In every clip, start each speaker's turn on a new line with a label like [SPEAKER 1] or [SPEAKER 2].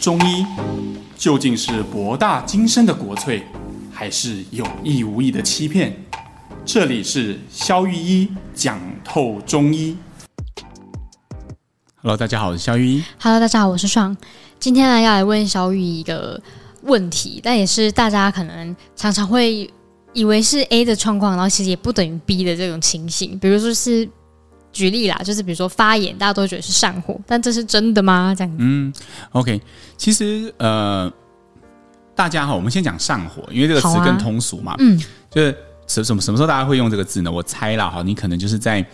[SPEAKER 1] 中医究竟是博大精深的国粹，还是有意无意的欺骗？这里是肖玉一讲透中医。Hello，大家好，我是肖玉一。
[SPEAKER 2] Hello，大家好，我是爽。今天呢，要来问小雨一个问题，但也是大家可能常常会以为是 A 的状况，然后其实也不等于 B 的这种情形。比如说是举例啦，就是比如说发炎，大家都觉得是上火，但这是真的吗？这样子，
[SPEAKER 1] 嗯，OK，其实呃，大家哈，我们先讲上火，因为这个词
[SPEAKER 2] 好啊
[SPEAKER 1] 更通俗嘛，
[SPEAKER 2] 嗯，
[SPEAKER 1] 就是什什么什么时候大家会用这个字呢？我猜啦，哈，你可能就是在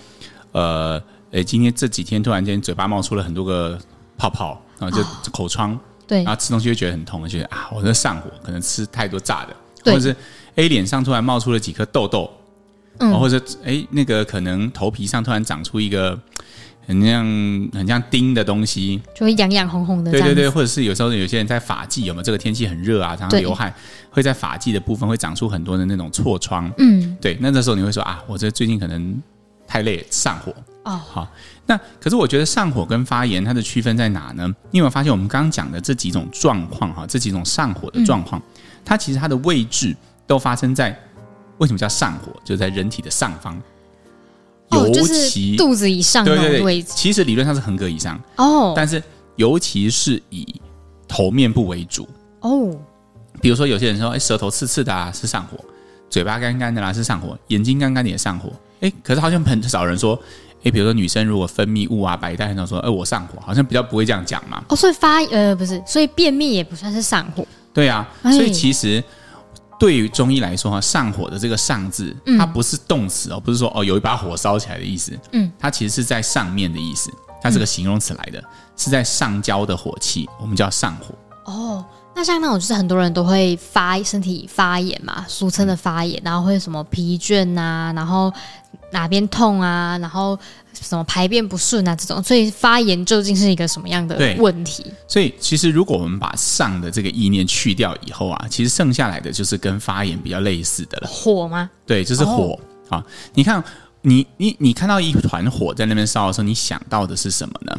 [SPEAKER 1] 呃呃，今天这几天突然间嘴巴冒出了很多个泡泡，然后啊就
[SPEAKER 2] 啊
[SPEAKER 1] 就口疮，
[SPEAKER 2] 对
[SPEAKER 1] 然后吃东西就觉得很痛，就觉得啊，我这上火，可能吃太多炸的，
[SPEAKER 2] 对
[SPEAKER 1] 或者是 A 脸上突然冒出了几颗痘痘，
[SPEAKER 2] 嗯
[SPEAKER 1] 然后或者哎那个可能头皮上突然长出一个很像很像钉的东西，
[SPEAKER 2] 就会痒痒红红的这
[SPEAKER 1] 对
[SPEAKER 2] 样
[SPEAKER 1] 对
[SPEAKER 2] 子。
[SPEAKER 1] 对，或者是有时候有些人在发际，有没有这个天气很热啊，常常
[SPEAKER 2] 对
[SPEAKER 1] 流汗，会在发际的部分会长出很多的那种痤疮，
[SPEAKER 2] 嗯，
[SPEAKER 1] 对，那这时候你会说啊，我这最近可能太累，上火。
[SPEAKER 2] 哦，
[SPEAKER 1] 好，那可是我觉得上火跟发炎它的区分在哪呢？你有没有发现我们刚刚讲的这几种状况哈，这几种上火
[SPEAKER 2] 嗯
[SPEAKER 1] 的状况，它其实它的位置都发生在为什么叫上火？就在人体的上方，
[SPEAKER 2] 哦，就
[SPEAKER 1] 尤
[SPEAKER 2] 是
[SPEAKER 1] 其、
[SPEAKER 2] 肚子以上
[SPEAKER 1] 对
[SPEAKER 2] 那
[SPEAKER 1] 对
[SPEAKER 2] 种
[SPEAKER 1] 对，
[SPEAKER 2] 位置。
[SPEAKER 1] 其实理论上是横膈以上，
[SPEAKER 2] 哦
[SPEAKER 1] 但是尤其是以头面部为主。
[SPEAKER 2] 哦，
[SPEAKER 1] 比如说有些人说，哎，舌头刺刺的啊，是上火；嘴巴干干的啦、是上火；眼睛干干的也上火。哎，可是好像很少人说，哎，比如说女生如果分泌物啊、白带，很少说，哎，我上火，好像比较不会这样讲嘛。
[SPEAKER 2] 哦，所以发呃不是，所以便秘也不算是上火。
[SPEAKER 1] 对啊，
[SPEAKER 2] 哎
[SPEAKER 1] 所以其实对于中医来说哈，上火的这个“上”字，它不是动词哦，不是说哦有一把火烧起来的意思，
[SPEAKER 2] 嗯，
[SPEAKER 1] 它其实是在上面的意思，它是个形容词来的，是在上焦的火气，我们叫上火。
[SPEAKER 2] 哦，那像那种就是很多人都会发身体发炎嘛，俗称的发炎，然后会什么疲倦啊，然后哪边痛啊，然后什么排便不顺啊这种，所以发炎究竟是一个什么样的
[SPEAKER 1] 对
[SPEAKER 2] 问题？
[SPEAKER 1] 所以，其实如果我们把上的这个意念去掉以后啊，其实剩下来的就是跟发炎比较类似的了。
[SPEAKER 2] 火吗？
[SPEAKER 1] 对，就是火、
[SPEAKER 2] 哦
[SPEAKER 1] 啊。你看，你你你看到一团火在那边烧的时候，你想到的是什么呢？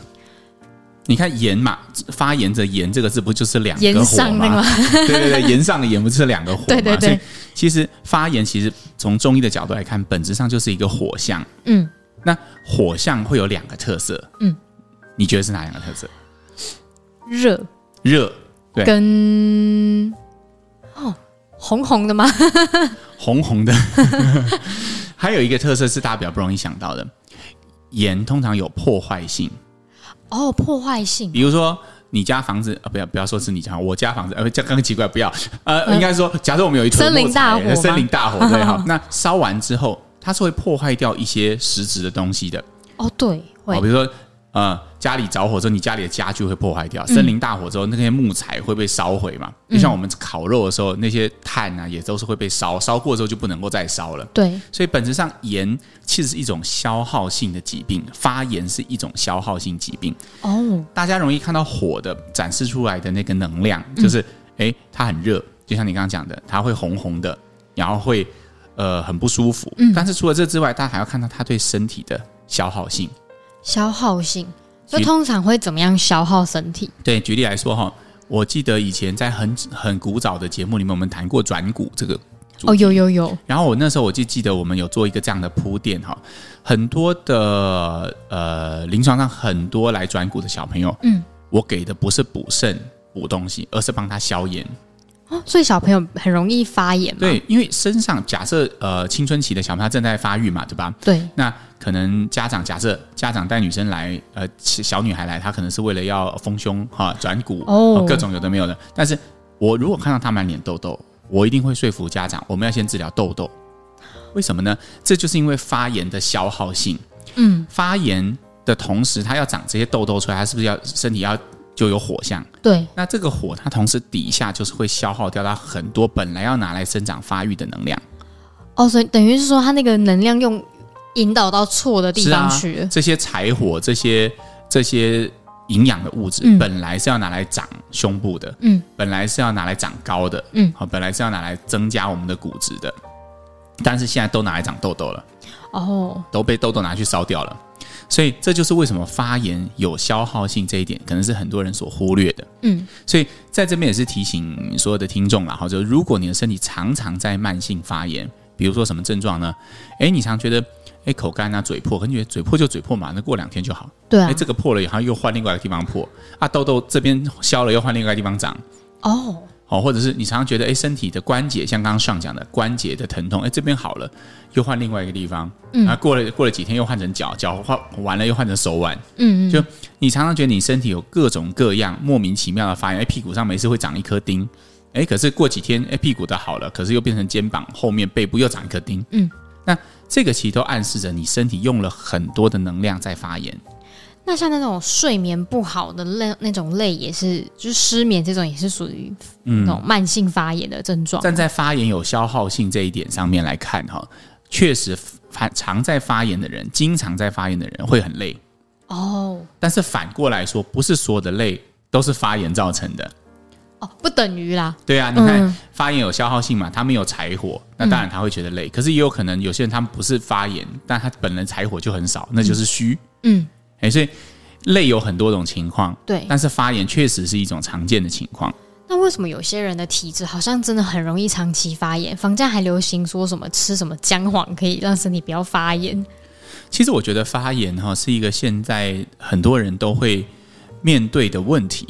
[SPEAKER 1] 你看炎嘛，发炎的炎这个字不就是两
[SPEAKER 2] 炎
[SPEAKER 1] 个火
[SPEAKER 2] 上那个
[SPEAKER 1] 吗
[SPEAKER 2] 吗？？
[SPEAKER 1] 对对对，炎上的炎不是两个火吗？
[SPEAKER 2] 对对对
[SPEAKER 1] 所以其实发炎其实从中医的角度来看，本质上就是一个火象。
[SPEAKER 2] 嗯，
[SPEAKER 1] 那火象会有两个特色，
[SPEAKER 2] 嗯，
[SPEAKER 1] 你觉得是哪两个特色？
[SPEAKER 2] 热
[SPEAKER 1] 热对
[SPEAKER 2] 跟哦红红的吗？
[SPEAKER 1] 红红的。 还有一个特色是大家比较不容易想到的，盐通常有破坏性，
[SPEAKER 2] 哦，破坏性
[SPEAKER 1] 比如说。你家房子啊，呃不要不要说是你家，我家房子，呃，这刚刚奇怪，不要，呃，应该说，假设我们有一坨
[SPEAKER 2] 嗯森林
[SPEAKER 1] 木材
[SPEAKER 2] 大火吗
[SPEAKER 1] 森林大 火，对，好，那烧完之后，它是会破坏掉一些实质的东西的，
[SPEAKER 2] 哦，对，
[SPEAKER 1] 哦，比
[SPEAKER 2] 会
[SPEAKER 1] 如说呃，家里着火之后，你家里的家具会破坏
[SPEAKER 2] 嗯
[SPEAKER 1] 掉；森林大火之后，那些木材会被烧毁嘛。就像我们烤肉的时候，那些炭啊，也都是会被烧，烧过之后就不能够再烧了。
[SPEAKER 2] 对
[SPEAKER 1] 所以本质上，炎其实是一种消耗性的疾病，发炎是一种消耗性疾病。
[SPEAKER 2] 哦，
[SPEAKER 1] 大家容易看到火的展示出来的那个能量，就是诶，它很热，就像你刚刚讲的，它会红红的，然后会呃很不舒服。但是除了这之外，大家还要看到它对身体的消耗性。
[SPEAKER 2] 消耗性。所以
[SPEAKER 1] 举
[SPEAKER 2] 通常会怎么样消耗身体？
[SPEAKER 1] 对，举例来说哈，我记得以前在很很古早的节目里面，我们谈过转骨这个主
[SPEAKER 2] 哦，
[SPEAKER 1] 题
[SPEAKER 2] 有有有，
[SPEAKER 1] 然后我那时候我就记得我们有做一个这样的铺垫哈，很多的呃临床上很多来转骨的小朋友，
[SPEAKER 2] 嗯，
[SPEAKER 1] 我给的不是补肾补东西，而是帮他消炎。
[SPEAKER 2] 哦，所以小朋友很容易发炎嘛。
[SPEAKER 1] 对，因为身上假设呃青春期的小朋友他正在发育嘛，对吧？
[SPEAKER 2] 对，
[SPEAKER 1] 那可能家长假设家长带女生来，呃，小小女孩来，她可能是为了要丰胸哈、转骨
[SPEAKER 2] 哦
[SPEAKER 1] 各种有的没有的。但是我如果看到她满脸痘痘，我一定会说服家长，我们要先治疗痘痘。为什么呢？这就是因为发炎的消耗性。
[SPEAKER 2] 嗯，
[SPEAKER 1] 发炎的同时，它要长这些痘痘出来，它是不是要身体要就有火象？
[SPEAKER 2] 对，
[SPEAKER 1] 那这个火，它同时底下就是会消耗掉它很多本来要拿来生长发育的能量。
[SPEAKER 2] 哦，所以等于是说他那个能量用引导到错的地方去
[SPEAKER 1] 是啊
[SPEAKER 2] 了。
[SPEAKER 1] 这些柴火，这些这些营养的物质，
[SPEAKER 2] 嗯
[SPEAKER 1] 本来是要拿来长胸部的，
[SPEAKER 2] 嗯，
[SPEAKER 1] 本来是要拿来长高的，
[SPEAKER 2] 嗯，
[SPEAKER 1] 好，本来是要拿来增加我们的骨质的，但是现在都拿来长痘痘了，
[SPEAKER 2] 哦，
[SPEAKER 1] 都被痘痘拿去烧掉了。所以这就是为什么发炎有消耗性这一点，可能是很多人所忽略的。
[SPEAKER 2] 嗯，
[SPEAKER 1] 所以在这边也是提醒所有的听众啦，哈，就如果你的身体常常在慢性发炎，比如说什么症状呢？诶，你常觉得诶口干啊、嘴破，可能觉得嘴破就嘴破嘛，那过两天就好。
[SPEAKER 2] 对啊
[SPEAKER 1] 诶，，这个破了以后又换另外一个地方破啊，痘痘这边消了又换另外一个地方长。
[SPEAKER 2] 哦，
[SPEAKER 1] 哦，或者是你常常觉得，哎，身体的关节，像刚刚上讲的关节的疼痛，哎，这边好了，又换另外一个地方，嗯，啊，过了过了几天又换成脚，脚换完了又换成手腕，
[SPEAKER 2] 嗯，嗯
[SPEAKER 1] 就你常常觉得你身体有各种各样莫名其妙的发炎，哎，屁股上没事会长一颗钉，哎，可是过几天，哎，屁股的好了，可是又变成肩膀后面背部又长一颗钉，
[SPEAKER 2] 嗯，
[SPEAKER 1] 那这个其实都暗示着你身体用了很多的能量在发炎，
[SPEAKER 2] 那像那种睡眠不好的类那种类也是，就是失眠这种也是属于那种慢性发炎的症状。
[SPEAKER 1] 站嗯在发炎有消耗性这一点上面来看哈，确实发常在发炎的人，经常在发炎的人会很累。
[SPEAKER 2] 哦
[SPEAKER 1] 但是反过来说，不是所有的累都是发炎造成的。
[SPEAKER 2] 哦，不等于啦，
[SPEAKER 1] 对啊，你看、
[SPEAKER 2] 嗯
[SPEAKER 1] 发炎有消耗性嘛，他没有柴火，那当然他会觉得累。
[SPEAKER 2] 嗯
[SPEAKER 1] 可是也有可能有些人他们不是发炎，但他本人柴火就很少，那就是虚。
[SPEAKER 2] 嗯，
[SPEAKER 1] 哎、所以累有很多种情况，
[SPEAKER 2] 对。
[SPEAKER 1] 但是发炎确实是一种常见的情况。
[SPEAKER 2] 那为什么有些人的体质好像真的很容易长期发炎？坊间还流行说什么吃什么姜黄可以让身体不要发炎？
[SPEAKER 1] 其实我觉得发炎哈是一个现在很多人都会面对的问题。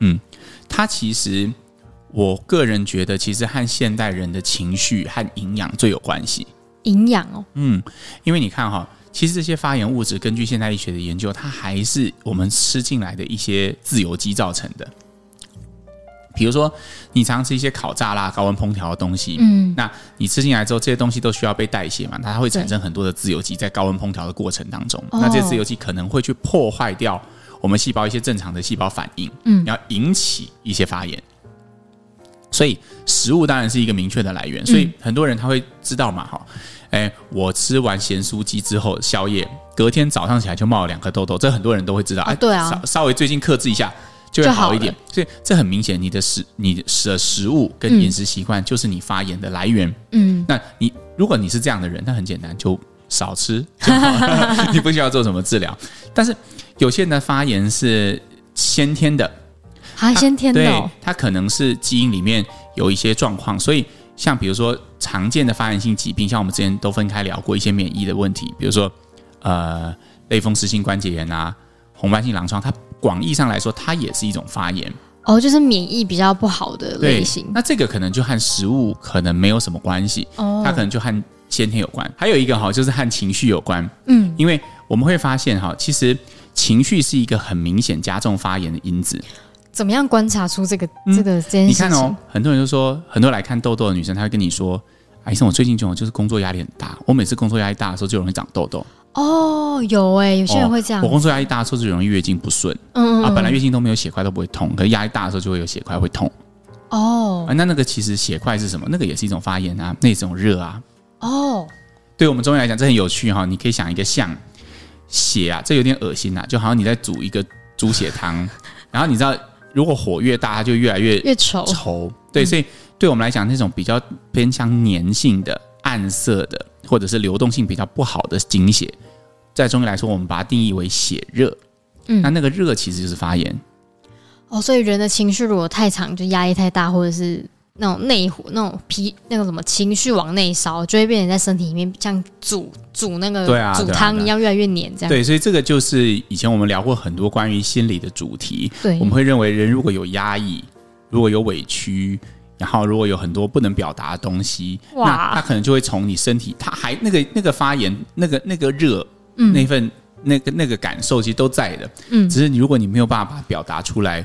[SPEAKER 1] 嗯，它其实我个人觉得，其实和现代人的情绪和营养最有关系。
[SPEAKER 2] 营养哦，
[SPEAKER 1] 嗯，因为你看哈、其实这些发炎物质，根据现代医学的研究，它还是我们吃进来的一些自由基造成的。比如说，你常吃一些烤炸啦、高温烹调的东西，嗯，那你吃进来之后，这些东西都需要被代谢嘛，那它会产生很多的自由基，在高温烹调的过程当中，
[SPEAKER 2] 哦
[SPEAKER 1] 那这些自由基可能会去破坏掉我们细胞一些正常的细胞反应，嗯，然后引起一些发炎。所以食物当然是一个明确的来
[SPEAKER 2] 嗯
[SPEAKER 1] 源，所以很多人他会知道嘛，哈、哎，我吃完咸酥鸡之后宵夜，隔天早上起来就冒了两颗痘痘，这很多人都会知道。哎
[SPEAKER 2] 啊对啊
[SPEAKER 1] 稍稍微最近克制一下就会
[SPEAKER 2] 就好
[SPEAKER 1] 好一点。所以这很明显，你的食、你的食物跟饮食习惯就是你发炎的来源。
[SPEAKER 2] 嗯，
[SPEAKER 1] 那你如果你是这样的人，那很简单，就少吃就 好了，你不需要做什么治疗。但是有些人的发炎是先天的，
[SPEAKER 2] 还先天的、
[SPEAKER 1] 啊对
[SPEAKER 2] 哦，，
[SPEAKER 1] 它可能是基因里面有一些状况，所以像比如说常见的发炎性疾病，像我们之前都分开聊过一些免疫的问题，比如说呃类风湿性关节炎啊、红斑性狼疮，它广义上来说，它也是一种发炎
[SPEAKER 2] 哦，就是免疫比较不好的类型。
[SPEAKER 1] 那这个可能就和食物可能没有什么关系，
[SPEAKER 2] 哦
[SPEAKER 1] 它可能就和先天有关。还有一个哈，就是和情绪有关，
[SPEAKER 2] 嗯，
[SPEAKER 1] 因为我们会发现哈，其实情绪是一个很明显加重发炎的因子。
[SPEAKER 2] 怎么样观察出这个、这个这件
[SPEAKER 1] 嗯你
[SPEAKER 2] 事情？
[SPEAKER 1] 看哦，很多人就说，很多来看痘痘的女生，她会跟你说：“啊，医生，我最近这种就是工作压力很大，我每次工作压力大的时候就容易长痘痘。
[SPEAKER 2] 哦，有哎、有些人会这样，
[SPEAKER 1] 哦我工作压力大的时候就容易月经不顺、
[SPEAKER 2] 嗯嗯
[SPEAKER 1] 啊，本来月经都没有血块都不会痛，可是压力大的时候就会有血块会痛、
[SPEAKER 2] 哦
[SPEAKER 1] 啊。那那个其实血块是什么？那个也是一种发炎啊，那也是一种热啊。
[SPEAKER 2] 哦，
[SPEAKER 1] 对我们中医来讲，这很有趣哈、你可以想一个像血啊，这有点恶心啊，就好像你在煮一个猪血 汤，然后你知道，如果火越大，它就越来越
[SPEAKER 2] 越稠
[SPEAKER 1] 稠，对，所以对我们来讲，那种比较偏向粘性的、暗色的，或者是流动性比较不好的经血，在中医来说，我们把它定义为血热。
[SPEAKER 2] 嗯
[SPEAKER 1] 那那个热其实就是发炎，
[SPEAKER 2] 哦，所以人的情绪如果太长，就压力太大，或者是那种内火、那种皮、那个什么情绪往内烧，就会变成在身体里面像煮煮那个
[SPEAKER 1] 对啊
[SPEAKER 2] 煮
[SPEAKER 1] 对啊
[SPEAKER 2] 汤
[SPEAKER 1] 对啊
[SPEAKER 2] 一样，越来越黏这样。
[SPEAKER 1] 对，所以这个就是以前我们聊过很多关于心理的主题。
[SPEAKER 2] 对
[SPEAKER 1] 我们会认为人如果有压抑，如果有委屈，然后如果有很多不能表达的东西，
[SPEAKER 2] 哇
[SPEAKER 1] 那他可能就会从你身体，他还那个那个发炎，那个那个热，那份那个那个感受其实都在的，
[SPEAKER 2] 嗯
[SPEAKER 1] 只是你如果你没有办法把它表达出来，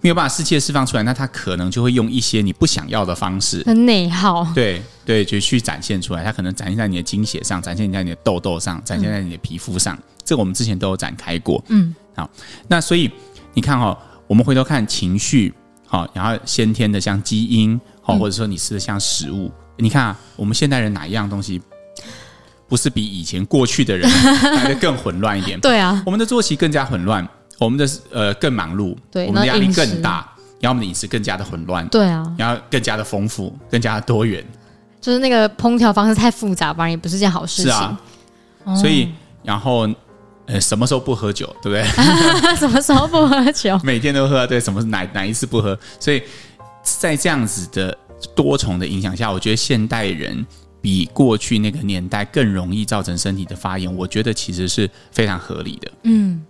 [SPEAKER 1] 没有办法适切释放出来，那他可能就会用一些你不想要的方式。
[SPEAKER 2] 很内 耗。
[SPEAKER 1] 对对，就去展现出来，它可能展现在你的经血上，展现在你的痘痘上，展现在你的皮肤上，这我们之前都有展开过。
[SPEAKER 2] 嗯，
[SPEAKER 1] 好，那所以你看哈、哦，我们回头看情绪，好、然后先天的像基因，好、
[SPEAKER 2] 嗯
[SPEAKER 1] 或者说你吃的像食物，你看啊，我们现代人哪一样东西不是比以前过 去的人来的更混乱一点？
[SPEAKER 2] 对啊，
[SPEAKER 1] 我们的作息更加混乱，我们的呃更忙碌，
[SPEAKER 2] 对
[SPEAKER 1] 我们
[SPEAKER 2] 那
[SPEAKER 1] 的压力
[SPEAKER 2] 饮食
[SPEAKER 1] 更大，然后我们的饮食更加的混乱，
[SPEAKER 2] 对啊，
[SPEAKER 1] 然后更加的丰富，更加的多元。
[SPEAKER 2] 就是
[SPEAKER 1] 啊
[SPEAKER 2] 那个烹调方式太复杂，反而也不是件好事情。
[SPEAKER 1] 是啊，所以然后呃，什么时候不喝酒，对不对？
[SPEAKER 2] 什么时候不喝酒？
[SPEAKER 1] 每天都喝啊，对，什么哪哪一次不喝？所以在这样子的多重的影响下，我觉得现代人比过去那个年代更容易造成身体的发炎，我觉得其实是非常合理的。
[SPEAKER 2] 嗯，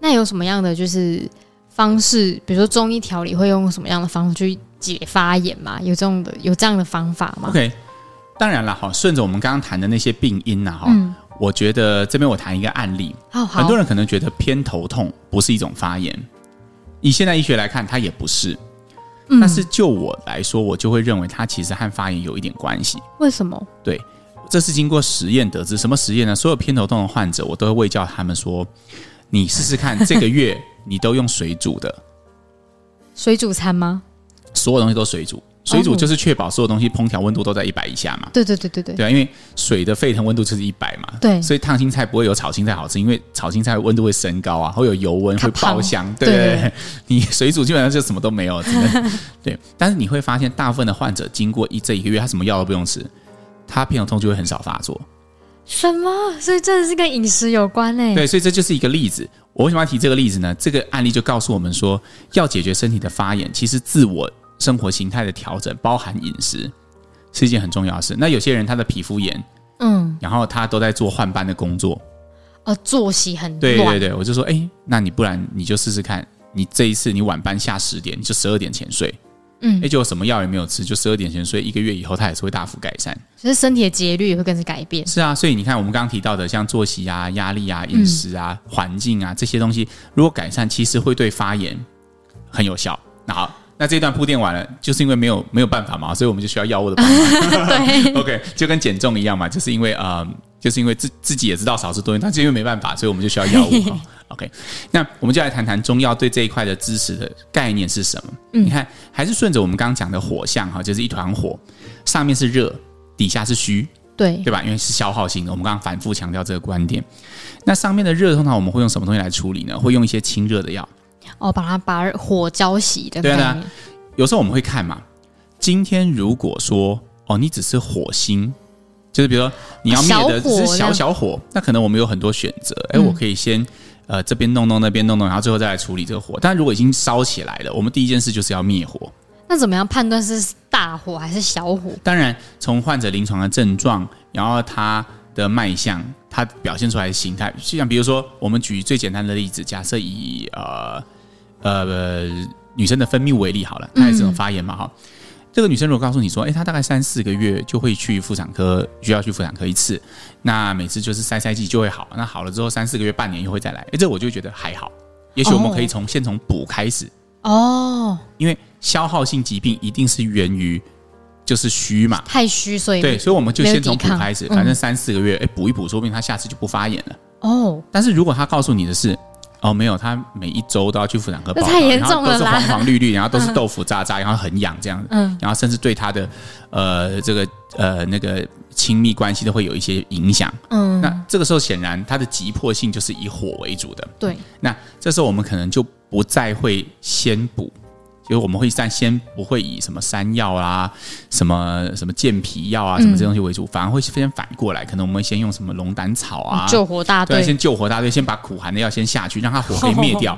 [SPEAKER 2] 那有什么样的就是方式？比如说中医调理会用什么样的方法去解发炎吗？有这种的有这样的方法吗？
[SPEAKER 1] OK，当然了，哈，顺着我们刚刚谈的那些病因呐、啊哈、
[SPEAKER 2] 嗯，
[SPEAKER 1] 我觉得这边我谈一个案例，
[SPEAKER 2] 好
[SPEAKER 1] 很
[SPEAKER 2] 好
[SPEAKER 1] 多，人可能觉得偏头痛不是一种发炎，以现代医学来看，它也不是。
[SPEAKER 2] 嗯
[SPEAKER 1] 但是就我来说，我就会认为它其实和发炎有一点关系。
[SPEAKER 2] 为什么？
[SPEAKER 1] 这是经过实验得知，什么实验呢？所有偏头痛的患者，我都会喂教他们说：“你试试看，这个月你都用水煮的，
[SPEAKER 2] 水煮餐吗？
[SPEAKER 1] 所有东西都水煮。水煮
[SPEAKER 2] 哦
[SPEAKER 1] 就是确保所有东西烹调温度都在一百以下嘛。
[SPEAKER 2] 对对对对对，
[SPEAKER 1] 对啊，因为水的沸腾温度就是一百嘛，
[SPEAKER 2] 对
[SPEAKER 1] 所以烫青菜不会有炒青菜好吃，因为炒青菜温度会升高啊，会有油温，
[SPEAKER 2] 它
[SPEAKER 1] 会
[SPEAKER 2] 胖
[SPEAKER 1] 爆香，
[SPEAKER 2] 对
[SPEAKER 1] 对你水煮基本上就什么都没有，真的对。但是你会发现，大部分的患者经过一这一个月，他什么药都不用吃，他偏头痛就会很少发作。
[SPEAKER 2] 什么？所以真的是跟饮食有关欸呢、
[SPEAKER 1] 对，所以这就是一个例子。我为什么要提这个例子呢？这个案例就告诉我们说，要解决身体的发炎，其实自我生活形态的调整，包含饮食，是一件很重要的事。那有些人他的皮肤炎，
[SPEAKER 2] 嗯，
[SPEAKER 1] 然后他都在做换班的工作，
[SPEAKER 2] 哦，作息很乱，
[SPEAKER 1] 对对对，我就说，哎、那你不然你就试试看，你这一次你晚班下十点，你就十二点前睡，
[SPEAKER 2] 嗯
[SPEAKER 1] 哎、结果什么药也没有吃，就十二点前睡，一个月以后它也是会大幅改善。
[SPEAKER 2] 就是身体的节律也会跟着改 变。
[SPEAKER 1] 是啊，所以你看我们刚刚提到的，像作息啊、压力啊、饮食啊、
[SPEAKER 2] 嗯
[SPEAKER 1] 环境啊这些东西，如果改善，其实会对发炎很有效。那好，那这一段铺垫完了，就是因为没有没有办法嘛，所以我们就需要药物的帮忙。
[SPEAKER 2] 对，
[SPEAKER 1] OK，就跟减重一样嘛，就是因为呃，就是因为自自己也知道少吃多一点，但是因为没办法，所以我们就需要药物。哦 OK，那我们就来谈谈中药对这一块的支持的概念是什么？你看，还是顺着我们刚刚讲的火象哈，就是一团火，上面是热，底下是虚，
[SPEAKER 2] 对，
[SPEAKER 1] 对吧？因为是消耗性的，我们刚刚反复强调这个观点。那上面的热，通常我们会用什么东西来处理呢？会用一些清热的药。
[SPEAKER 2] 哦，把它把火浇熄的
[SPEAKER 1] 对
[SPEAKER 2] 概
[SPEAKER 1] 啊对啊
[SPEAKER 2] 念，
[SPEAKER 1] 有时候我们会看嘛，今天如果说哦，你只是火星，就是比如说你要灭
[SPEAKER 2] 小火
[SPEAKER 1] 的只是
[SPEAKER 2] 这样嗯
[SPEAKER 1] 小小火，那可能我们有很多选择。哎，我可以先呃这边弄弄，那边弄弄，然后最后再来处理这个火。但如果已经烧起来了，我们第一件事就是要灭火。
[SPEAKER 2] 那怎么样判断是大火还是小火？
[SPEAKER 1] 当然，从患者临床的症状，然后他的脉象，他表现出来的形态，就像比如说，我们举最简单的例子，假设以呃呃女生的分泌为例好了，她也是这种发炎嘛哈、这个女生如果告诉你说，哎诶，她大概三四个月就会去妇产科，需要去妇产科一次，那每次就是塞塞剂就会好，那好了之后三四个月、半年又会再来，诶，这我就觉得还好。也许我们可以从、先从补开始，
[SPEAKER 2] 哦，
[SPEAKER 1] 因为消耗性疾病一定是源于就是虚嘛，
[SPEAKER 2] 太虚，所以
[SPEAKER 1] 对，所以我们就
[SPEAKER 2] 没有
[SPEAKER 1] 先从
[SPEAKER 2] 抵
[SPEAKER 1] 补
[SPEAKER 2] 抗
[SPEAKER 1] 开始，
[SPEAKER 2] 嗯
[SPEAKER 1] 反正三四个月，哎、补一补，说不定他下次就不发炎了。
[SPEAKER 2] 哦，
[SPEAKER 1] 但是如果他告诉你的是，哦，没有，他每一周都要去妇产科
[SPEAKER 2] 那
[SPEAKER 1] 报告，
[SPEAKER 2] 太严
[SPEAKER 1] 然后
[SPEAKER 2] 重了
[SPEAKER 1] 都是
[SPEAKER 2] 啦
[SPEAKER 1] 黄黄绿绿，然后都是豆腐渣渣，然后很痒这样子，
[SPEAKER 2] 嗯
[SPEAKER 1] 然后甚至对他的呃这个呃那个亲密关系都会有一些影响。
[SPEAKER 2] 嗯，
[SPEAKER 1] 那这个时候显然他的急迫性就是以火为主的，
[SPEAKER 2] 对，
[SPEAKER 1] 那这时候我们可能就不再会先补，就是我们会暂先不会以什么山药啦、什么什么健脾药啊、什么这些东西为主，反而会先反过来，可能我们会先用什么龙胆草啊，
[SPEAKER 2] 救火大
[SPEAKER 1] 对，
[SPEAKER 2] 队
[SPEAKER 1] 先救火大队，先把苦寒的药先下去，让它火可以灭 掉。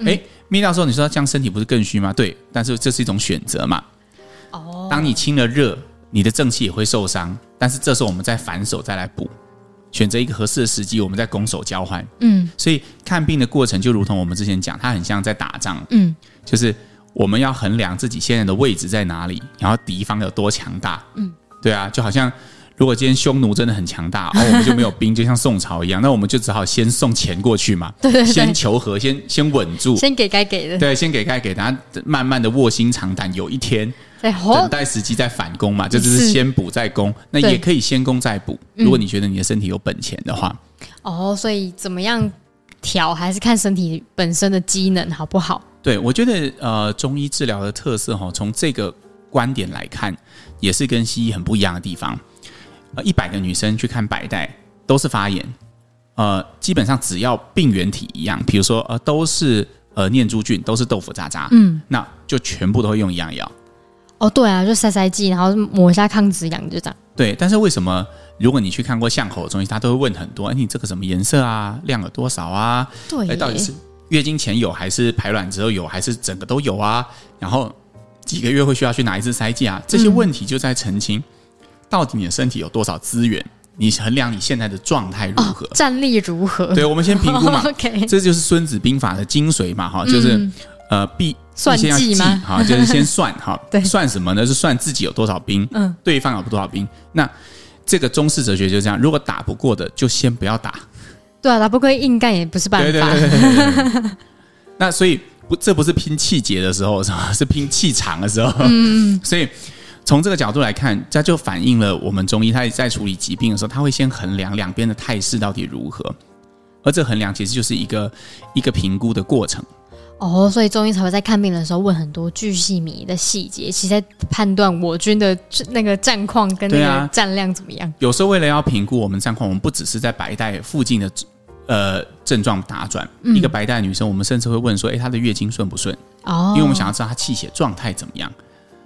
[SPEAKER 1] 哎、
[SPEAKER 2] 嗯
[SPEAKER 1] 灭掉之后，你说这样身体不是更虚吗？对，但是这是一种选择嘛。
[SPEAKER 2] 哦，
[SPEAKER 1] 当你清了热，你的正气也会受伤，但是这时候我们再反手再来补，选择一个合适的时机，我们再拱手交换。
[SPEAKER 2] 嗯
[SPEAKER 1] 所以看病的过程就如同我们之前讲，它很像在打仗，
[SPEAKER 2] 嗯，
[SPEAKER 1] 就是我们要衡量自己现在的位置在哪里，然后敌方有多强大。嗯，对啊，就好像如果今天匈奴真的很 强大，哦，我们就没有兵，就像宋朝一样，那我们就只好先送钱过去嘛，
[SPEAKER 2] 对对对
[SPEAKER 1] 先求和，先先稳住。
[SPEAKER 2] 先给该给的，
[SPEAKER 1] 对，先给该给他，慢慢的卧薪尝胆，有一天
[SPEAKER 2] 再
[SPEAKER 1] 等
[SPEAKER 2] 吼，
[SPEAKER 1] 待时机再反攻嘛，这就是
[SPEAKER 2] 哦是
[SPEAKER 1] 先补再攻。那
[SPEAKER 2] 对嗯
[SPEAKER 1] 也可以先攻再补，如果你觉得你的身体有本钱的话，
[SPEAKER 2] 哦，所以怎么样调还是看身体本身的机能好不好？
[SPEAKER 1] 对，我觉得呃，中医治疗的特色哈、从这个观点来看，也是跟西医很不一样的地方。呃，一百个女生去看百代都是发炎，呃，基本上只要病原体一样，比如说呃都是呃念珠菌，都是豆腐渣渣，嗯，那就全部都会用一样药。
[SPEAKER 2] 哦，对啊，就塞塞剂，然后抹一下抗止痒，就这样。
[SPEAKER 1] 对，但是为什么如果你去看过巷口的中医，他都会问很多，哎，你这个什么颜色啊，量有多少啊？
[SPEAKER 2] 对
[SPEAKER 1] 哎，
[SPEAKER 2] 耶，
[SPEAKER 1] 到底是月经前有，还是排卵之后有，还是整个都有啊？然后几个月会需要去哪一次筛检啊？这些问题就在澄清，到底你的身体有多少资源？你衡量你现在的状态如何？
[SPEAKER 2] 哦，战力如何？。
[SPEAKER 1] 对，我们先评估嘛
[SPEAKER 2] ，OK，
[SPEAKER 1] 这 就是《孙子兵法》的精髓嘛，哈，就是、
[SPEAKER 2] 嗯
[SPEAKER 1] 呃，必
[SPEAKER 2] 算
[SPEAKER 1] 必先要
[SPEAKER 2] 计
[SPEAKER 1] 计
[SPEAKER 2] 吗
[SPEAKER 1] 哈，就是先算哈
[SPEAKER 2] 对，
[SPEAKER 1] 算什么呢？是算自己有多少兵，
[SPEAKER 2] 嗯
[SPEAKER 1] 对方有多少兵。那这个中式哲学就这样，如果打不过的，就先不要打。
[SPEAKER 2] 对啊，打不过硬干也不是办法。
[SPEAKER 1] 对对对对对对对对那所以不，这不是拼气节的时候， 是吧？是拼气场的时候。嗯， 所以从这个角度来看，这就反映了我们中医他在处理疾病的时候，他会先衡量两边的态势到底如何，而这衡量其实就是一个一个评估的过程。
[SPEAKER 2] 哦，所以中医才会在看病的时候问很多巨细靡的细节，其实在判断我军的那个战况跟那
[SPEAKER 1] 对
[SPEAKER 2] 个
[SPEAKER 1] 啊
[SPEAKER 2] 战量怎么样。
[SPEAKER 1] 有时候为了要评估我们战况，我们不只是在白带附近的呃症状打转，一个白带女生，我们甚至会问说，诶，她的月经顺不顺？
[SPEAKER 2] 哦，
[SPEAKER 1] 因为我们想要知道她气血状态怎么样。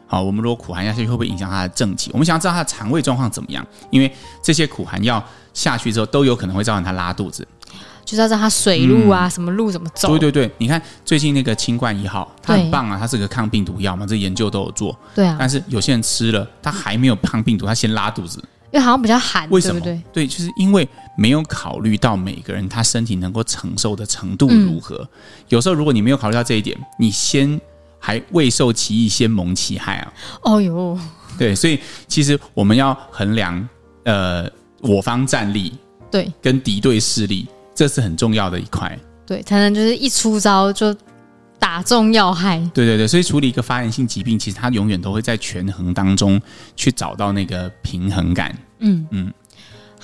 [SPEAKER 1] 好，我们如果苦寒下去，会不会影响她的正气？我们想要知道她的肠胃状况怎么样，因为这些苦寒药下去之后，都有可能会造成她拉肚子。
[SPEAKER 2] 就是要知道它水路啊，什么路怎么走。
[SPEAKER 1] 嗯对对对，你看最近那个清冠一号，它
[SPEAKER 2] 对
[SPEAKER 1] 很棒啊，它是个抗病毒药嘛，这研究都有做。
[SPEAKER 2] 对啊，
[SPEAKER 1] 但是有些人吃了，他还没有抗病毒，他先拉肚子，
[SPEAKER 2] 因为好像比较寒，
[SPEAKER 1] 为什
[SPEAKER 2] 对不
[SPEAKER 1] 么？
[SPEAKER 2] 对？
[SPEAKER 1] 就是因为没有考虑到每个人他身体能够承受的程度如何。
[SPEAKER 2] 嗯
[SPEAKER 1] 有时候如果你没有考虑到这一点，你先还未受其益，先蒙其害啊。
[SPEAKER 2] 哦哟，
[SPEAKER 1] 对，所以其实我们要衡量呃我方战力
[SPEAKER 2] 对
[SPEAKER 1] 跟敌对势力，这是很重要的一块。
[SPEAKER 2] 对，才能就是一出招就打中要害。
[SPEAKER 1] 对对对，所以处理一个发炎性疾病，其实它永远都会在权衡当中去找到那个平衡感。
[SPEAKER 2] 嗯嗯
[SPEAKER 1] 嗯。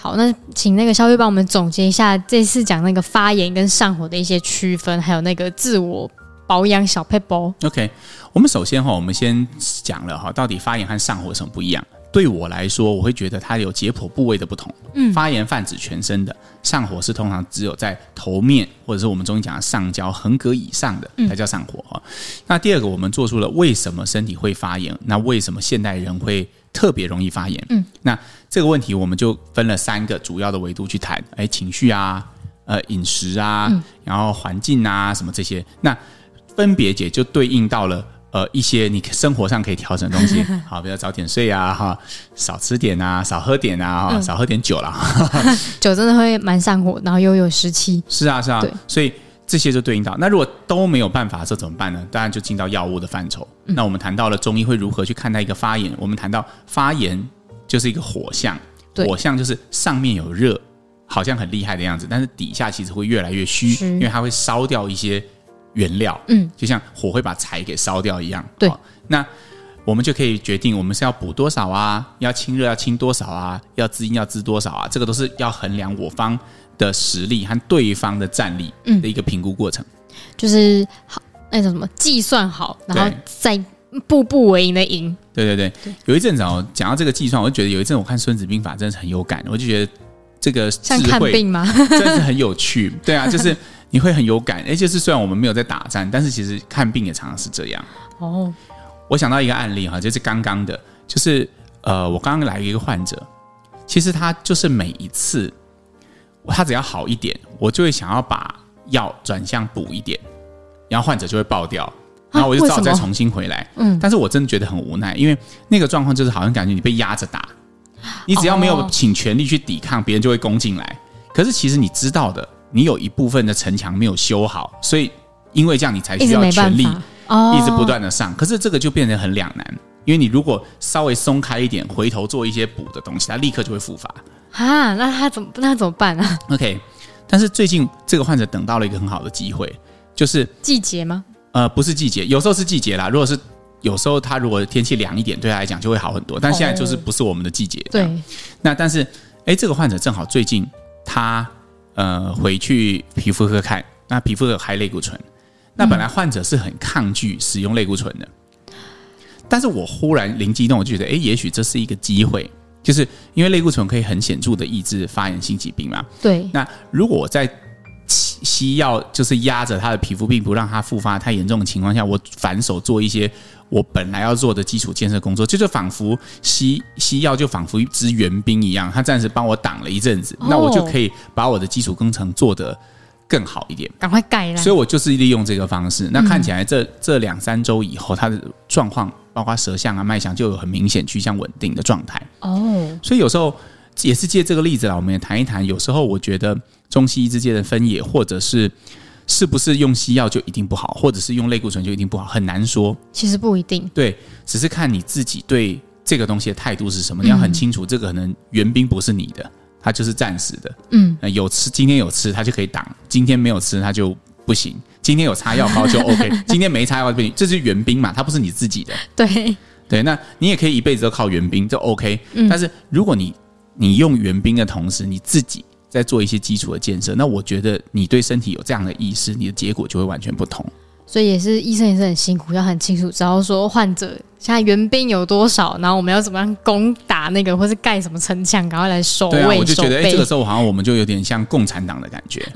[SPEAKER 2] 好，那请那个肖玉帮我们总结一下这次讲那个发炎跟上火的一些区分，还有那个自我保养小 p e p l
[SPEAKER 1] OK，我们首先哈，我们先讲了哈，到底发炎和上火有什么不一样？对我来说，我会觉得它有解剖部位的不同。嗯，发炎泛指全身的，上火是通常只有在头面或者是我们中医讲的上焦横膈以上的才叫上火哈。那第二个，我们做出了为什么身体会发炎？那为什么现代人会特别容易发炎？嗯，那这个问题我们就分了三个主要的维度去谈，哎，情绪啊，呃，饮食啊，然后环境啊，什么这些。那分别解就对应到了呃一些你生活上可以调整的东西，好，比如早点睡啊，哈，少吃点啊，少喝点啊，哈、少喝点酒啦。哈
[SPEAKER 2] 酒真的会蛮上火，然后又有湿气。
[SPEAKER 1] 是啊，是啊
[SPEAKER 2] 对，
[SPEAKER 1] 所以这些就对应到。那如果都没有办法，这怎么办呢？当然就进到药物的范畴。
[SPEAKER 2] 嗯
[SPEAKER 1] 那我们谈到了中医会如何去看待一个发炎，我们谈到发炎就是一个火象，
[SPEAKER 2] 对
[SPEAKER 1] 火象就是上面有热，好像很厉害的样子，但是底下其实会越来越虚，
[SPEAKER 2] 虚
[SPEAKER 1] 因为它会烧掉一些原料，
[SPEAKER 2] 嗯，
[SPEAKER 1] 就像火会把柴给烧掉一样。
[SPEAKER 2] 对
[SPEAKER 1] 好那我们就可以决定我们是要补多少啊，要清热要清多少啊，要滋阴要滋多少啊，这个都是要衡量我方的实力和对方的战力
[SPEAKER 2] 嗯
[SPEAKER 1] 的一个评估过程。
[SPEAKER 2] 就是好那种什么计算好，然后
[SPEAKER 1] 对
[SPEAKER 2] 再步步为营的赢。
[SPEAKER 1] 对对对，有一阵子哦，讲到这个计算，我就觉得有一阵我看《孙子兵法》真的是很有感，我就觉得这个智
[SPEAKER 2] 像看
[SPEAKER 1] 慧
[SPEAKER 2] 病吗？
[SPEAKER 1] 真的是很有趣。对啊，就是你会很有感，哎，就是虽然我们没有在打仗，但是其实看病也常常是这样。
[SPEAKER 2] 哦，
[SPEAKER 1] 我想到一个案例哈，就是刚刚的，就是呃，我刚刚来一个患者，其实他就是每一次他只要好一点，我就会想要把药转向补一点，然后患者就会爆掉。然后我就只好
[SPEAKER 2] 啊为什
[SPEAKER 1] 再
[SPEAKER 2] 么
[SPEAKER 1] 重新回来，
[SPEAKER 2] 嗯
[SPEAKER 1] 嗯，但是我真的觉得很无奈，因为那个状况就是好像感觉你被压着打，你只要没有
[SPEAKER 2] 哦
[SPEAKER 1] 请全力去抵抗，别人就会攻进来。可是其实你知道的，你有一部分的城墙没有修好，所以因为这样你才
[SPEAKER 2] 一
[SPEAKER 1] 需
[SPEAKER 2] 直
[SPEAKER 1] 要
[SPEAKER 2] 没办
[SPEAKER 1] 全力
[SPEAKER 2] 法，哦，
[SPEAKER 1] 一直不。断的上，可是这个就变得很两难，因为你如果稍微松开一点，回头做一些补的东西，它立刻就会复发。
[SPEAKER 2] 啊，那他怎么那他怎么办啊？
[SPEAKER 1] OK，但是最近这个患者等到了一个很好的机会，就是
[SPEAKER 2] 季节吗？
[SPEAKER 1] 呃，不是季节，有时候是季节啦，如果是。有时候他如果天气凉一点，对他来讲就会好很多。但现在就是
[SPEAKER 2] 哦
[SPEAKER 1] 不是我们的季节。这样
[SPEAKER 2] 对，
[SPEAKER 1] 那但是，哎，这个患者正好最近他呃回去皮肤科看，那皮肤科有开类固醇，那本来患者是很抗拒使用类固醇的，但是我忽然灵机一动，我就觉得，哎，也许这是一个机会，就是因为类固醇可以很显著的抑制发炎性疾病嘛。
[SPEAKER 2] 对，
[SPEAKER 1] 那如果我在起西药就是压着他的皮肤病不让它复发太严重的情况下，我反手做一些我本来要做的基础建设工作，这就仿佛西西药就仿佛一支援兵一样，他暂时帮我挡了一阵子，
[SPEAKER 2] 哦
[SPEAKER 1] 那我就可以把我的基础工程做得更好一点。
[SPEAKER 2] 赶快盖啦
[SPEAKER 1] 所。以我就是利用这个方式。那看起来这、这两三周以后，他的状况包括舌象啊、脉象就有很明显趋向稳定的状态。
[SPEAKER 2] 哦，
[SPEAKER 1] 所以有时候也是借这个例子啦，啊我们也谈一谈。有时候我觉得中西医之间的分野，或者是是不是用西药就一定不好，或者是用类固醇就一定不好，很难说。
[SPEAKER 2] 其实不一定。
[SPEAKER 1] 对，只是看你自己对这个东西的态度是什么。你要很清楚，这个可能援兵不是你的，它就是暂时的。
[SPEAKER 2] 嗯，
[SPEAKER 1] 呃有吃今天有吃，它就可以挡；今天没有吃，它就不行。今天有擦药膏就 OK，今天没擦药膏就不行。这是援兵嘛，它不是你自己的。
[SPEAKER 2] 对，
[SPEAKER 1] 对，那你也可以一辈子都靠援兵，这 OK、但是如果你你用援兵的同时，你自己在做一些基础的建设，那我觉得你对身体有这样的意识，你的结果就会完全不同。
[SPEAKER 2] 所以也是医生也是很辛苦，要很清楚知道说患者现在原兵有多少，然后我们要怎么样攻打那个，或是盖什么城墙，赶快来守
[SPEAKER 1] 对啊，
[SPEAKER 2] 卫、
[SPEAKER 1] 我就
[SPEAKER 2] 守
[SPEAKER 1] 觉得，哎、
[SPEAKER 2] 备。
[SPEAKER 1] 这个时候好像我们就有点像共产党的感觉，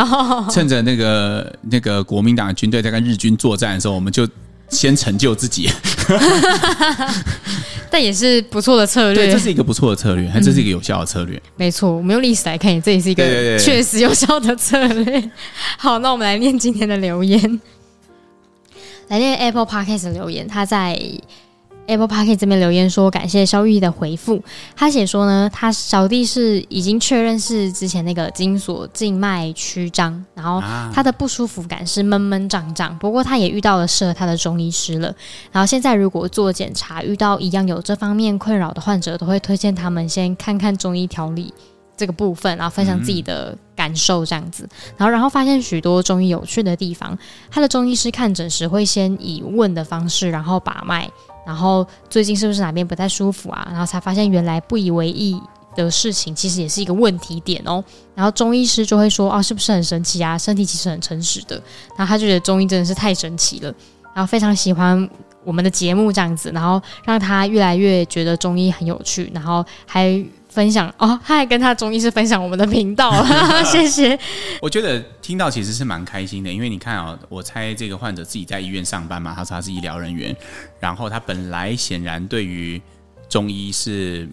[SPEAKER 1] 趁着那个那个国民党的军队在跟日军作战的时候，我们就先成就自己。
[SPEAKER 2] 但也是不错的策
[SPEAKER 1] 对，
[SPEAKER 2] 略
[SPEAKER 1] 这，是一个不错的策略，这是一个有效的策略。
[SPEAKER 2] 没错。我们用历史来看，也这也是一
[SPEAKER 1] 对对
[SPEAKER 2] 个
[SPEAKER 1] 对
[SPEAKER 2] 确实有效的策略。 好，那我们来念今天的留言，来念 Apple Podcast 的留言，他在 Apple p a c k e t 这边留言说，感谢肖玉的回复。他写说呢，他小弟是已经确认是之前那个金锁静脉曲张，然后
[SPEAKER 1] 啊
[SPEAKER 2] 他的不舒服感是闷闷胀胀。不过他也遇到了适合他的中医师了。然后现在如果做检查遇到一样有这方面困扰的患者，都会推荐他们先看看中医调理这个部分，然后分享自己的感受这样子。然后然后发现许多中医有趣的地方，他的中医师看诊时会先以问的方式，然后把脉，然后最近是不是哪边不太舒服啊？然后才发现原来不以为意的事情，其实也是一个问题点哦。然后中医师就会说，哦，是不是很神奇啊？身体其实很诚实的。然后他就觉得中医真的是太神奇了，然后非常喜欢。我们的节目这样子，然后让他越来越觉得中医很有趣，然后还分享哦，他还跟他中医师分享我们的频道， 谢谢。
[SPEAKER 1] 我觉得听到其实是蛮开心的，因为你看啊、我猜这个患者自己在医院上班嘛，他说他是医疗人员，然后他本来显然对于中医是。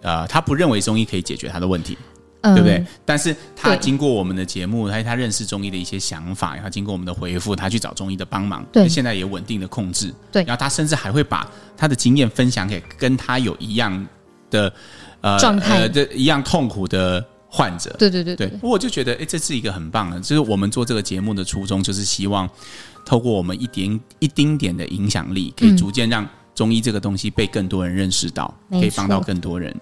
[SPEAKER 1] 呃，他不认为中医可以解决他的问题，
[SPEAKER 2] 嗯
[SPEAKER 1] 对不对？但是他
[SPEAKER 2] 对
[SPEAKER 1] 经过我们的节目，他他认识中医的一些想法，他经过我们的回复，他去找中医的帮忙，
[SPEAKER 2] 对
[SPEAKER 1] 现在也稳定的控制，
[SPEAKER 2] 对
[SPEAKER 1] 然后他甚至还会把他的经验分享给跟他有一样的呃
[SPEAKER 2] 状态
[SPEAKER 1] 呃这一样痛苦的患者，
[SPEAKER 2] 对对对
[SPEAKER 1] 对，我就觉得，哎、这是一个很棒的，就是我们做这个节目的初衷，就是希望透过我们一点一丁点的影响力，
[SPEAKER 2] 嗯
[SPEAKER 1] 可以逐渐让中医这个东西被更多人认识到，
[SPEAKER 2] 没
[SPEAKER 1] 可以帮到
[SPEAKER 2] 错
[SPEAKER 1] 更多人。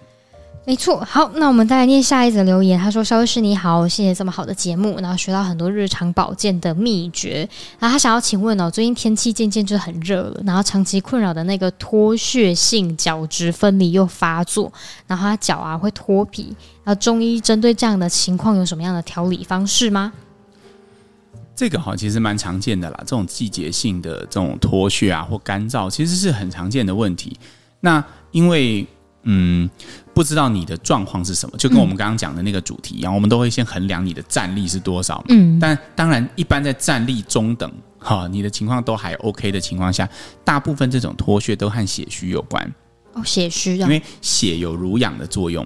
[SPEAKER 2] 没错，好，那我们再来念下一则留言。他说：“肖医师你好，谢谢这么好的节目，然后学到很多日常保健的秘诀。然后他想要请问哦，最近天气渐渐就很热了，然后长期困扰的那个脱屑性角质分离又发作，然后他脚啊会脱皮。然后中医针对这样的情况有什么样的调理方式吗？
[SPEAKER 1] 这个哈其实蛮常见的啦，这种季节性的这种脱屑啊或干燥，其实是很常见的问题。那因为嗯，不知道你的状况是什么，就跟我们刚刚讲的那个主题一样，我们都会先衡量你的战力是多少嘛。
[SPEAKER 2] 嗯，
[SPEAKER 1] 但当然，一般在战力中等哈，你的情况都还 OK 的情况下，大部分这种脱屑都和血虚有关，
[SPEAKER 2] 哦，血虚
[SPEAKER 1] 因
[SPEAKER 2] 的
[SPEAKER 1] 为血有濡养的作用。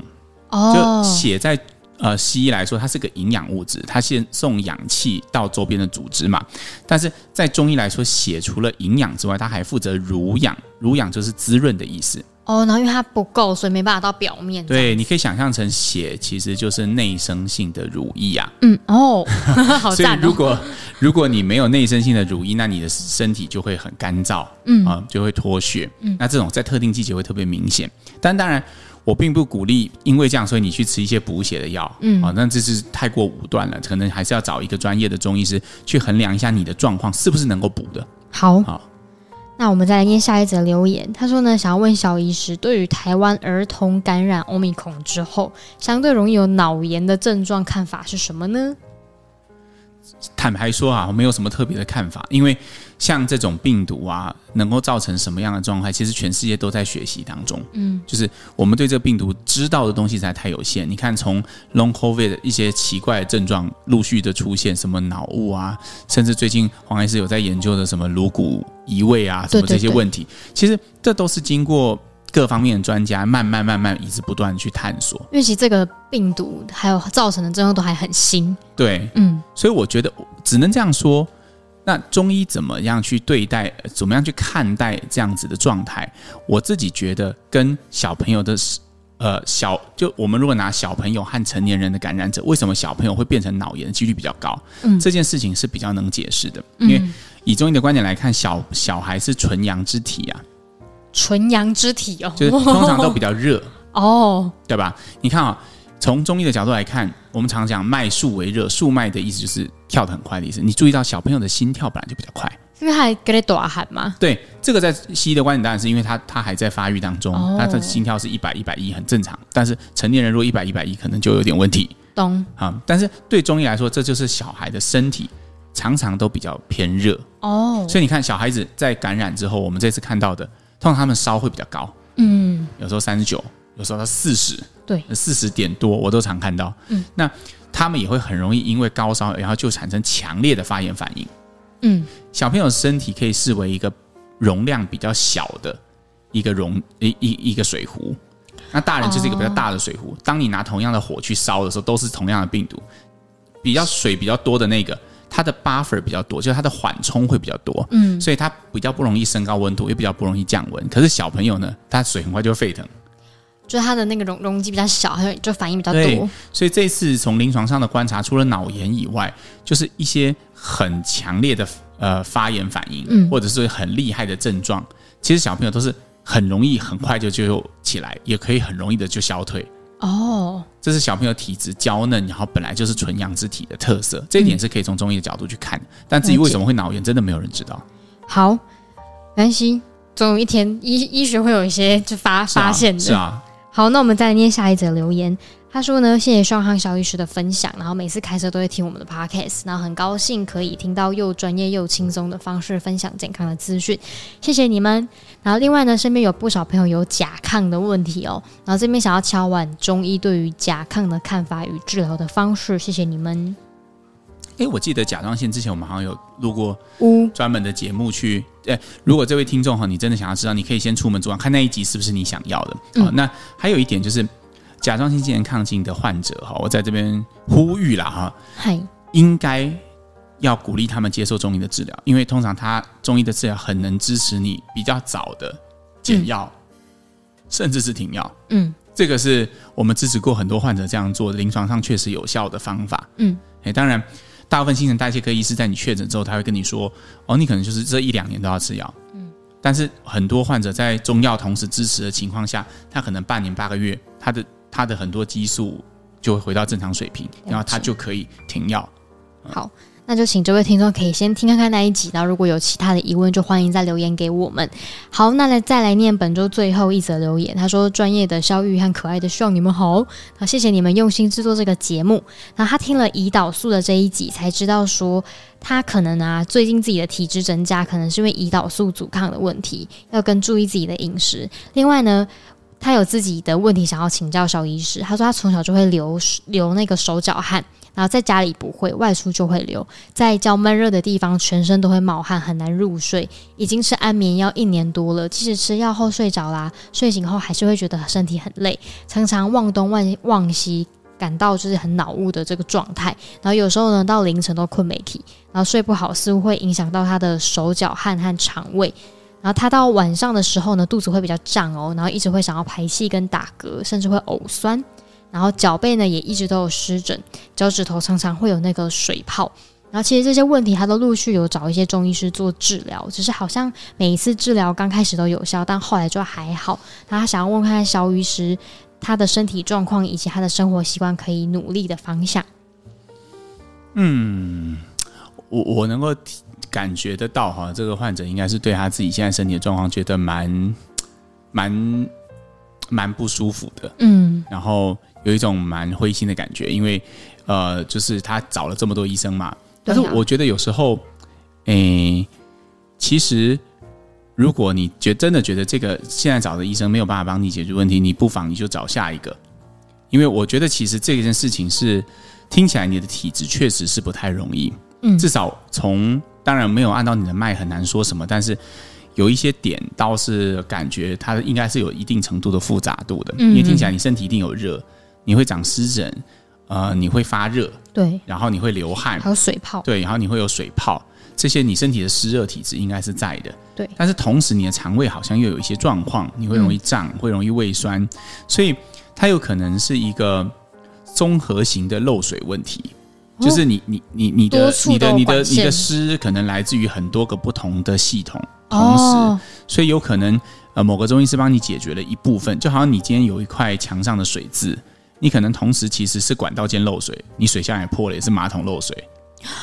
[SPEAKER 1] 就
[SPEAKER 2] 哦，
[SPEAKER 1] 血在呃西医来说，它是个营养物质，它先送氧气到周边的组织嘛。但是在中医来说，血除了营养之外，它还负责濡养，濡养就是滋润的意思。
[SPEAKER 2] 哦，然后因为它不够，所以没办法到表面。，
[SPEAKER 1] 对，你可以想象成血其实就是内生性的乳液啊。
[SPEAKER 2] 嗯，哦， 好
[SPEAKER 1] 所以
[SPEAKER 2] 赞
[SPEAKER 1] 如
[SPEAKER 2] 哦，
[SPEAKER 1] 果 如果你没有内生性的乳液，那你的身体就会很干燥，嗯啊、就会脱屑。嗯，那这种在特定季节会特别明显。但当然，我并不鼓励因为这样，所以你去吃一些补血的药，嗯啊、那这是太过武断了，可能还是要找一个专业的中医师去衡量一下你的状况是不是能够补的。
[SPEAKER 2] 好。
[SPEAKER 1] 好，
[SPEAKER 2] 那我们再来念下一则留言。他说呢，想要问小医师，对于台湾儿童感染欧米孔之后，相对容易有脑炎的症状看法是什么呢？
[SPEAKER 1] 坦白说啊，我没有什么特别的看法，因为像这种病毒啊，能够造成什么样的状态，其实全世界都在学习当中。嗯，就是我们对这个病毒知道的东西实在太有限。你看，从 long covid 的一些奇怪的症状陆续的出现，什么脑雾啊，甚至最近黄医师有在研究的什么颅骨移位啊，什么这些问题，其实这都是经过。各方面的专家慢慢慢慢一直不断地去探索，
[SPEAKER 2] 因为其实这个病毒还有造成的症状都还很新，
[SPEAKER 1] 对，
[SPEAKER 2] 嗯，
[SPEAKER 1] 所以我觉得只能这样说。那中医怎么样去对待，呃怎么样去看待这样子的状态？我自己觉得跟小朋友的，呃，小就我们如果拿小朋友和成年人的感染者，为什么小朋友会变成脑炎的几率比较高？
[SPEAKER 2] 嗯
[SPEAKER 1] 这件事情是比较能解释的，因为以中医的观点来看，小小孩是纯阳之体啊，
[SPEAKER 2] 纯阳之体哦，
[SPEAKER 1] 就是通常都比较热，
[SPEAKER 2] 哦，
[SPEAKER 1] 对吧？你看啊、从中医的角度来看，我们常讲脉数为热，数脉的意思就是跳得很快的意思。你注意到小朋友的心跳本来就比较快，
[SPEAKER 2] 因为还给啊你短喊嘛，
[SPEAKER 1] 对，这个在西医的观点当然是因为他他还在发育当中，
[SPEAKER 2] 哦
[SPEAKER 1] 他的心跳是一百一百一很正常，但是成年人如果一百一百一可能就有点问题
[SPEAKER 2] 懂
[SPEAKER 1] 啊。但是对中医来说，这就是小孩的身体常常都比较偏热，
[SPEAKER 2] 哦，
[SPEAKER 1] 所以你看小孩子在感染之后，我们这次看到的，通常他们烧会比较高，
[SPEAKER 2] 嗯，
[SPEAKER 1] 有时候三十九，有时候到四十，
[SPEAKER 2] 对，
[SPEAKER 1] 四十点多我都常看到。嗯，那他们也会很容易因为高烧，然后就产生强烈的发炎反应。
[SPEAKER 2] 嗯，
[SPEAKER 1] 小朋友的身体可以视为一个容量比较小的一个容一一一个水壶，那大人就是一个比较大的水壶。当你拿同样的火去烧的时候，都是同样的病毒，比较水比较多的那个，它的 buffer 比较多，就是它的缓冲会比较多。嗯，所以它比较不容易升高温度，也比较不容易降温。可是小朋友呢，他水很快就会沸腾。
[SPEAKER 2] 就是它的那个容容积比较小，还有就反应比较
[SPEAKER 1] 对
[SPEAKER 2] 多，
[SPEAKER 1] 所以这次从临床上的观察，除了脑炎以外，就是一些很强烈的呃发炎反应，
[SPEAKER 2] 嗯
[SPEAKER 1] 或者是很厉害的症状，其实小朋友都是很容易很快就就起来，也可以很容易的就消退。
[SPEAKER 2] 哦，
[SPEAKER 1] 这是小朋友体质娇嫩，然后本来就是纯阳之体的特色，这一
[SPEAKER 2] 嗯
[SPEAKER 1] 点是可以从中医的角度去看。但至于为什么会脑炎，真的没有人知道。
[SPEAKER 2] 好，没关系，总有一天医医学会有一些就发
[SPEAKER 1] 是啊
[SPEAKER 2] 发现的，
[SPEAKER 1] 是啊，
[SPEAKER 2] 好，那我们再来念下一则留言。他说呢，谢谢双航小医师的分享，然后每次开车都会听我们的 podcast，然后很高兴可以听到又专业又轻松的方式分享健康的资讯，谢谢你们。然后另外呢，身边有不少朋友有甲亢的问题哦，然后这边想要敲碗中医对于甲亢的看法与治疗的方式，谢谢你们。
[SPEAKER 1] 诶，我记得甲状腺之前我们好像有录过
[SPEAKER 2] 呜，
[SPEAKER 1] 专门的节目去。呃，如果这位听众哈，你真的想要知道，你可以先出门走完，看那一集是不是你想要的。好、
[SPEAKER 2] 嗯
[SPEAKER 1] 那还有一点就是，甲状腺健亢进的患者哈，我在这边呼吁啦哈，
[SPEAKER 2] 嗨，
[SPEAKER 1] 应该要鼓励他们接受中医的治疗，因为通常他中医的治疗很能支持你比较早的减药，甚至是停药。
[SPEAKER 2] 嗯，
[SPEAKER 1] 这个是我们支持过很多患者这样做，临床上确实有效的方法。
[SPEAKER 2] 嗯，
[SPEAKER 1] 哎，当然，大部分新陈代谢科医师在你确诊之后，他会跟你说，哦，你可能就是这一两年都要吃药。嗯，但是很多患者在中药同时支持的情况下，他可能半年八个月，他的他的很多激素就会回到正常水平，
[SPEAKER 2] 解
[SPEAKER 1] 然后他就可以停药。
[SPEAKER 2] 嗯好，那就请这位听众可以先听看看那一集，然后如果有其他的疑问，就欢迎再留言给我们。好，那来再来念本周最后一则留言，他说：“专业的肖玉和可爱的秀，你们好，好谢谢你们用心制作这个节目。”那他听了胰岛素的这一集，才知道说他可能啊，最近自己的体脂增加，可能是因为胰岛素阻抗的问题，要更注意自己的饮食。另外呢。他有自己的问题想要请教小医师，他说他从小就会流流那个手脚汗，然后在家里不会，外出就会流，在较闷热的地方，全身都会冒汗，很难入睡。已经吃安眠药一年多了，即使吃药后睡着啦，睡醒后还是会觉得身体很累，常常忘东忘忘西。感到就是很脑雾的这个状态，然后有时候呢到凌晨都困没起，然后睡不好似乎会影响到他的手脚汗和肠胃，然后他到晚上的时候呢肚子会比较胀哦，然后一直会想要排气跟打嗝，甚至会呕酸，然后脚背呢也一直都有湿疹，脚趾头常常会有那个水泡。然后其实这些问题，他都陆续有找一些中医师做治疗，只是好像每一次治疗刚开始都有效，但后来就还好。那他想要问看看肖医师他的身体状况以及他的生活习惯可以努力的方向。
[SPEAKER 1] 我我能够体感觉得到哈，这个患者应该是对他自己现在身体的状况觉得蛮蛮蛮不舒服的。
[SPEAKER 2] 嗯
[SPEAKER 1] 然后有一种蛮灰心的感觉，因为呃，就是他找了这么多医生嘛，但是
[SPEAKER 2] 对啊
[SPEAKER 1] 我觉得有时候，诶、其实如果你觉真的觉得这个现在找的医生没有办法帮你解决问题，你不妨你就找下一个，因为我觉得其实这件事情是听起来你的体质确实是不太容易，
[SPEAKER 2] 嗯
[SPEAKER 1] 至少从当然没有按到你的脉很难说什么，但是。有一些点倒是感觉它应该是有一定程度的复杂度的，
[SPEAKER 2] 嗯
[SPEAKER 1] 因为听起来你身体一定有热，你会长湿疹，呃，你会发热，
[SPEAKER 2] 对，
[SPEAKER 1] 然后你会流汗，
[SPEAKER 2] 还有水泡，
[SPEAKER 1] 对，然后你会有水泡，这些你身体的湿热体质应该是在的。
[SPEAKER 2] 对嗯
[SPEAKER 1] 但是同时你的肠胃好像又有一些状况，你会容易胀，会容易胃酸，所以它有可能是一个综合型的漏水问题。
[SPEAKER 2] 哦
[SPEAKER 1] 就是你你你你
[SPEAKER 2] 多
[SPEAKER 1] 的
[SPEAKER 2] 处
[SPEAKER 1] 你的
[SPEAKER 2] 都有
[SPEAKER 1] 你的
[SPEAKER 2] 管
[SPEAKER 1] 你的
[SPEAKER 2] 线
[SPEAKER 1] 湿可能来自于很多个不同的系统，同时
[SPEAKER 2] 哦，
[SPEAKER 1] 所以有可能呃某个中医师帮你解决了一部分，就好像你今天有一块墙上的水渍，你可能同时其实是管道间漏水，你水箱也破了，也是马桶漏水，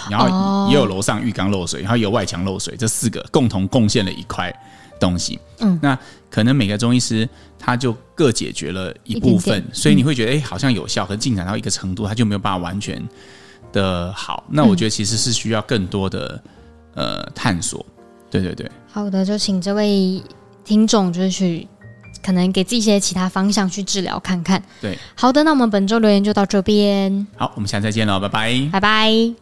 [SPEAKER 1] 然后
[SPEAKER 2] 哦
[SPEAKER 1] 也有楼上浴缸漏水，然后也有外墙漏水，这四个共同贡献了一块东西。
[SPEAKER 2] 嗯，
[SPEAKER 1] 那可能每个中医师他就各解决了一部
[SPEAKER 2] 一
[SPEAKER 1] 分，
[SPEAKER 2] 点点
[SPEAKER 1] 所以你会觉得哎、诶好像有效，可是进展到一个程度，他就没有办法完全的好。那
[SPEAKER 2] 嗯
[SPEAKER 1] 我觉得其实是需要更多的呃探索。对对对。
[SPEAKER 2] 好的，就请这位听众就是去可能给自己一些其他方向去治疗看看。
[SPEAKER 1] 对，
[SPEAKER 2] 好的，那我们本周留言就到这边，
[SPEAKER 1] 好，我们下次再见喽，拜拜。
[SPEAKER 2] 拜拜。